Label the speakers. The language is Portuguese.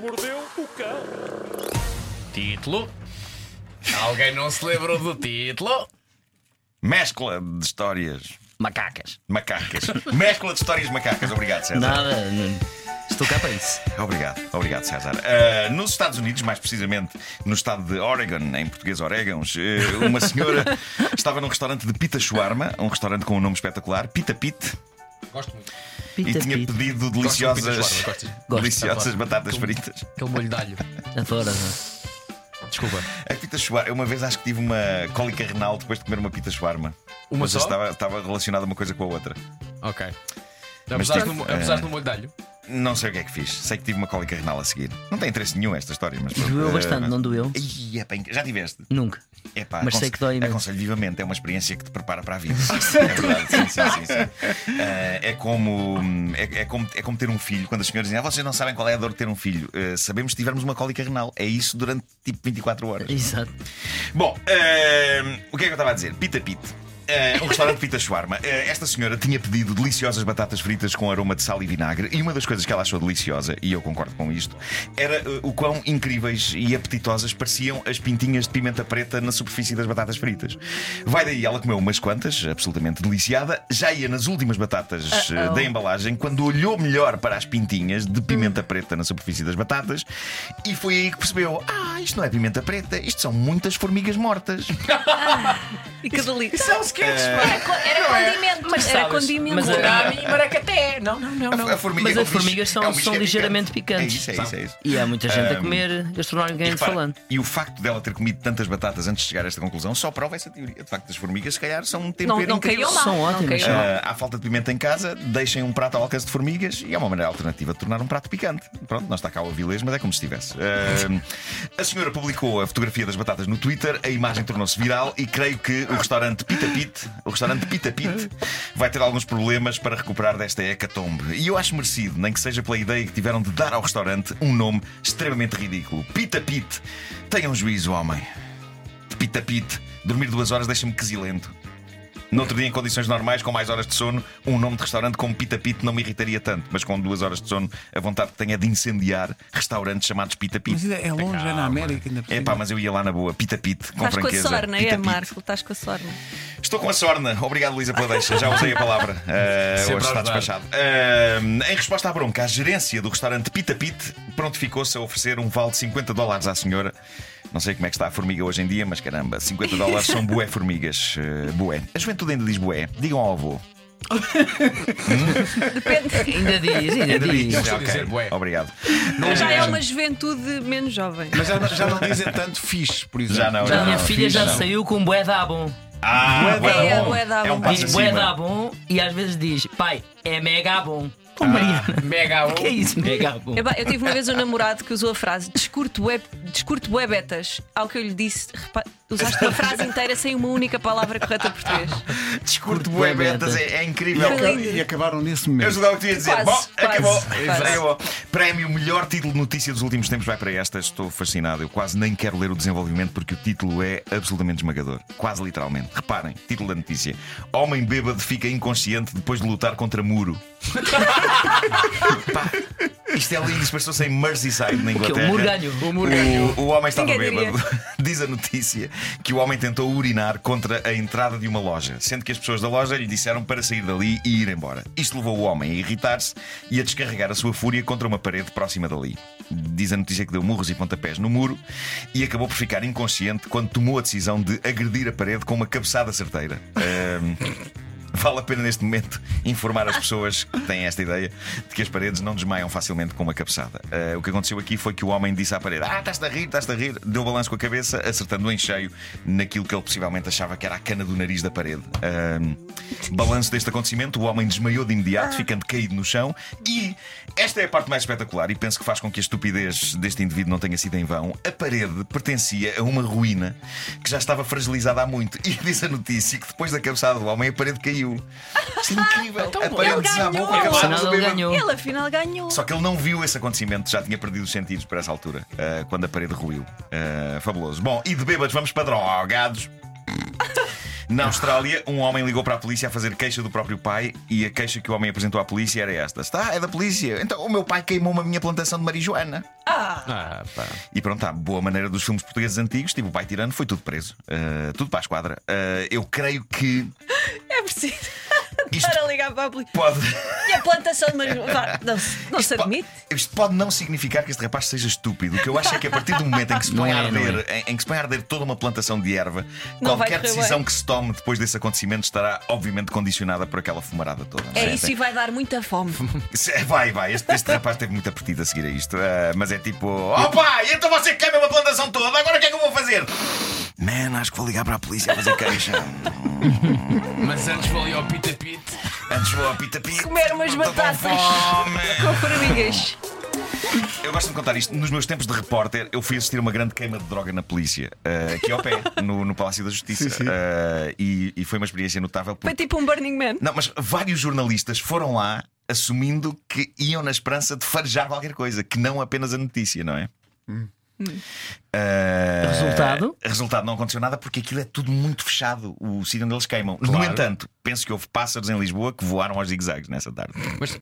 Speaker 1: mordeu o cão.
Speaker 2: Título. Alguém não se lembrou do título?
Speaker 3: Mescla de histórias
Speaker 2: Macacas.
Speaker 3: macacas. Mescla de histórias macacas. Obrigado, César.
Speaker 2: Nada. não- Estou cá para isso.
Speaker 3: Obrigado, obrigado, César. Ah, nos Estados Unidos, mais precisamente no estado de Oregon, em português Oregons, eh, uma senhora estava num restaurante de Pita Shawarma, um restaurante com um nome espetacular, Pita Pit,
Speaker 4: Gosto muito.
Speaker 3: e
Speaker 2: Pita
Speaker 3: tinha
Speaker 2: pita.
Speaker 4: Gosto
Speaker 3: pedido
Speaker 4: de pita
Speaker 3: deliciosas,
Speaker 4: shawarma, gosto.
Speaker 2: Gosto.
Speaker 3: deliciosas
Speaker 4: Adoro.
Speaker 3: batatas fritas.
Speaker 4: Aquele molho de alho.
Speaker 2: Adoro. não?
Speaker 4: Desculpa.
Speaker 3: A Pita Shawarma, eu uma vez acho que tive uma cólica renal depois de comer uma Pita Shawarma.
Speaker 4: Uma
Speaker 3: Mas
Speaker 4: só?
Speaker 3: estava, estava relacionada uma coisa com a outra.
Speaker 4: Ok. Apesar,
Speaker 3: tipo,
Speaker 4: do,
Speaker 3: eh,
Speaker 4: apesar do molho de alho.
Speaker 3: Não sei o que é que fiz. Sei que tive uma cólica renal a seguir. Não tem interesse nenhum esta história, mas. pronto,
Speaker 2: Doeu
Speaker 3: eh,
Speaker 2: bastante,
Speaker 3: mas-
Speaker 2: não doeu?
Speaker 3: Ih, é bem- Já tiveste?
Speaker 2: Nunca.
Speaker 3: Epá,
Speaker 2: Mas sei que dói imenso.
Speaker 3: Aconselho vivamente, é uma experiência que te prepara para a vida. é verdade, sim, sim, sim. sim. Ah, é, como, hum, é, é como, é como ter um filho. Quando as senhoras dizem, ah, vocês não sabem qual é a dor de ter um filho, Ah, sabemos se tivermos uma cólica renal. É isso durante tipo 24 horas.
Speaker 2: Exato.
Speaker 3: Bom, ahm, o que é que eu estava a dizer? Pita Pit. Ah, um restaurante Pita Shawarma. Ah, esta senhora tinha pedido deliciosas batatas fritas com aroma de sal e vinagre, e uma das coisas que ela achou deliciosa, e eu concordo com isto, era ah, o quão incríveis e apetitosas pareciam as pintinhas de pimenta preta na superfície das batatas fritas. Vai daí, ela comeu umas quantas, absolutamente deliciada, já ia nas últimas batatas ah, da embalagem, quando olhou melhor para as pintinhas de pimenta preta na superfície das batatas, e foi aí que percebeu: ah, isto não é pimenta preta, isto são muitas formigas mortas. é
Speaker 5: E que delícia.
Speaker 3: um
Speaker 4: São sketches,
Speaker 5: Era, co- era condimento. Mas era
Speaker 4: sabes,
Speaker 5: condimento.
Speaker 2: mas a-
Speaker 4: Origami e maracaté. Não, não, não.
Speaker 3: A formiga
Speaker 2: Mas
Speaker 3: é um
Speaker 2: as formigas
Speaker 3: bicho-
Speaker 2: são-
Speaker 3: é um bicho
Speaker 2: são
Speaker 3: que é
Speaker 2: ligeiramente picantes.
Speaker 3: É isso, é isso, é isso.
Speaker 2: E há muita gente a comer gastronomicamente
Speaker 3: repara,
Speaker 2: falando.
Speaker 3: e o facto dela ter comido tantas batatas antes de chegar a esta conclusão só prova essa teoria. De facto, as formigas, se calhar, são um tempero
Speaker 5: Não, não
Speaker 3: incrível.
Speaker 5: caiu mal.
Speaker 2: São
Speaker 5: não
Speaker 2: ótimas.
Speaker 5: caiu mal.
Speaker 3: Ah, há falta de pimenta em casa, deixem um prato ao alcance de formigas e é uma maneira alternativa de tornar um prato picante. Pronto, não está cá o avilês, mas é como se estivesse. Ah, a senhora publicou a fotografia das batatas no Twitter, a imagem tornou-se viral e creio que o restaurante Pita Pit, o restaurante Pita Pit, vai ter alguns problemas para recuperar desta hecatombe. E eu acho merecido, nem que seja pela ideia que tiveram de dar ao restaurante um nome extremamente ridículo. Pita Pit. Tenham juízo, homem. Pita Pit. Dormir duas horas deixa-me quesilento. No outro dia, em condições normais, com mais horas de sono, um nome de restaurante como Pita Pit não me irritaria tanto, mas com duas horas de sono, a vontade que tenho é de incendiar restaurantes chamados Pita
Speaker 6: Mas
Speaker 3: Pit.
Speaker 6: ainda é longe, é na América, ainda por
Speaker 3: É
Speaker 6: cima.
Speaker 3: pá, mas eu ia lá na boa, Pita Pit, com
Speaker 5: Estás com a
Speaker 3: franqueza.
Speaker 5: sorna,
Speaker 3: Pita
Speaker 5: é,
Speaker 3: Pit.
Speaker 5: Marco? Estás com a sorna.
Speaker 3: Estou com a sorna. Obrigado, Luísa, pela deixa. Já usei a palavra. Ah,
Speaker 4: Sempre
Speaker 3: hoje
Speaker 4: a
Speaker 3: está
Speaker 4: ajudar.
Speaker 3: despachado. Ah, em resposta à bronca, a gerência do restaurante Pita Pit prontificou-se a oferecer um vale de 50 dólares à senhora. Não sei como é que está a formiga hoje em dia, mas caramba, 50 dólares são bué formigas. Ah, bué. A juventude ainda diz bué. Digam ao avô.
Speaker 5: Depende.
Speaker 2: Ainda diz, ainda
Speaker 3: Ainda diz.
Speaker 2: diz.
Speaker 4: gosto de
Speaker 3: Ok,
Speaker 4: dizer bué.
Speaker 3: Obrigado.
Speaker 5: Já é uma juventude menos jovem.
Speaker 6: Mas já, não- já não dizem tanto fixe, por exemplo.
Speaker 3: Já não,
Speaker 2: Já
Speaker 3: já
Speaker 2: a minha
Speaker 3: não.
Speaker 2: filha já
Speaker 6: Fiz, não.
Speaker 2: saiu com bué da bom.
Speaker 3: Ah,
Speaker 6: Bué
Speaker 3: bué
Speaker 6: da
Speaker 3: bom.
Speaker 6: bom.
Speaker 5: Bué da
Speaker 3: É um
Speaker 5: bom.
Speaker 3: passo
Speaker 2: Diz bué
Speaker 3: acima.
Speaker 2: da bom e às vezes diz, pai, é mega bom.
Speaker 3: Ah.
Speaker 2: Oh, Mariana,
Speaker 4: Mega um."
Speaker 2: o que é isso, mega bom?
Speaker 5: Epá, eu tive uma vez um namorado que usou a frase descurto web, descurto bué betas", Ao que eu lhe disse, "Repa- usaste uma frase inteira sem uma única palavra correta em português.
Speaker 3: Descurto bué
Speaker 2: Bué
Speaker 3: betas, é, é incrível.
Speaker 5: Foi lindo.
Speaker 6: E acabaram nesse
Speaker 3: Eu
Speaker 6: momento.
Speaker 3: ajudava o que tu ia dizer.
Speaker 5: Quase,
Speaker 3: Bom,
Speaker 5: quase,
Speaker 3: acabou.
Speaker 5: quase.
Speaker 3: acabou. Prémio melhor título de notícia dos últimos tempos vai para esta. Estou fascinado. Eu quase nem quero ler o desenvolvimento porque o título é absolutamente esmagador. Quase literalmente. Reparem, título da notícia: Homem bêbado fica inconsciente depois de lutar contra muro. Pá, isto é lindo. Isto passou-se em Merseyside, na
Speaker 2: Que é
Speaker 3: Inglaterra.
Speaker 2: o Murgalho.
Speaker 4: O Morgan.
Speaker 3: O, o homem estava
Speaker 5: Ninguém
Speaker 3: bêbado. Diz a notícia que o homem tentou urinar contra a entrada de uma loja, sendo que as pessoas da loja lhe disseram para sair dali e ir embora. Isto levou o homem a irritar-se e a descarregar a sua fúria contra uma parede próxima dali. Diz a notícia que deu murros e pontapés no muro e acabou por ficar inconsciente quando tomou a decisão de agredir a parede com uma cabeçada certeira. Ahm, Vale a pena neste momento informar as pessoas que têm esta ideia de que as paredes não desmaiam facilmente com uma cabeçada. Eh, o que aconteceu aqui foi que o homem disse à parede: Ah, estás-te a rir, estás-te a rir. Deu balanço com a cabeça, acertando em cheio naquilo que ele possivelmente achava que era a cana do nariz da parede. Ahm, balanço deste acontecimento: o homem desmaiou de imediato, ficando caído no chão. E esta é a parte mais espetacular, e penso que faz com que a estupidez deste indivíduo não tenha sido em vão. A parede pertencia a uma ruína que já estava fragilizada há muito. E diz a notícia que depois da cabeçada do homem a parede caiu. Isto é incrível. a parede
Speaker 5: Então, Ele
Speaker 3: desabou com a
Speaker 5: ganhou.
Speaker 3: cabeçada
Speaker 2: Afinal,
Speaker 3: do
Speaker 2: ele
Speaker 3: bêbado.
Speaker 2: ganhou.
Speaker 5: Ele afinal ganhou.
Speaker 3: Só que ele não viu esse acontecimento, já tinha perdido os sentidos para essa altura, ah, Eh, quando a parede ruiu. Ah, fabuloso. Bom, e de bêbados vamos para drogados. Na Austrália, um homem ligou para a polícia a fazer queixa do próprio pai e a queixa que o homem apresentou à polícia era esta: Está, é da polícia. Então o meu pai queimou uma minha plantação de marijuana.
Speaker 4: Ah, pá.
Speaker 3: E pronto, a boa maneira dos filmes portugueses antigos, tipo o pai tirando, foi tudo preso. Ah, tudo para a esquadra. Ah, eu creio que
Speaker 5: É preciso
Speaker 3: Isto-
Speaker 5: estar a ligar para a polícia.
Speaker 3: pode.
Speaker 5: E a plantação de marijuana? Vá, Não, se- não se
Speaker 3: Isto po-
Speaker 5: admite?
Speaker 3: Isto pode não significar que este rapaz seja estúpido. O que eu acho é que a partir do momento em que se põe,
Speaker 4: Não é,
Speaker 3: a,
Speaker 4: não
Speaker 3: arder, em, em que se põe a arder toda uma plantação de erva,
Speaker 5: Não vai
Speaker 3: qualquer
Speaker 5: correr
Speaker 3: decisão
Speaker 5: bem.
Speaker 3: que se tome depois desse acontecimento estará, obviamente, condicionada por aquela fumarada toda. não
Speaker 5: É isso e vai dar muita fome.
Speaker 3: Se- é, Vai, vai, este, este rapaz teve muita apetite a seguir a isto. Ah, mas é tipo, oh pai, então você queima uma plantação toda, agora o que é que eu vou fazer? Man, acho que vou ligar para a polícia a fazer queixa.
Speaker 2: Mas antes vou ali ao Pita Pit.
Speaker 3: Antes vou ao pita-pita.
Speaker 5: Comer umas
Speaker 3: estou com
Speaker 5: batatas.
Speaker 3: fome.
Speaker 5: Com formigas.
Speaker 3: Eu gosto de contar isto. Nos meus tempos de repórter, eu fui assistir uma grande queima de droga na polícia, ah, aqui ao pé, no, no Palácio da Justiça. Ah, e, e foi uma experiência notável. porque-
Speaker 5: Foi tipo um Burning Man.
Speaker 3: Não, mas vários jornalistas foram lá assumindo que iam na esperança de farejar qualquer coisa, que não apenas a notícia, não é? Ah,
Speaker 1: Resultado?
Speaker 3: Resultado, não aconteceu nada porque aquilo é tudo muito fechado, o sítio onde eles queimam. No entanto, penso que houve pássaros em Lisboa que voaram aos zigue-zagues nessa tarde.
Speaker 4: Mas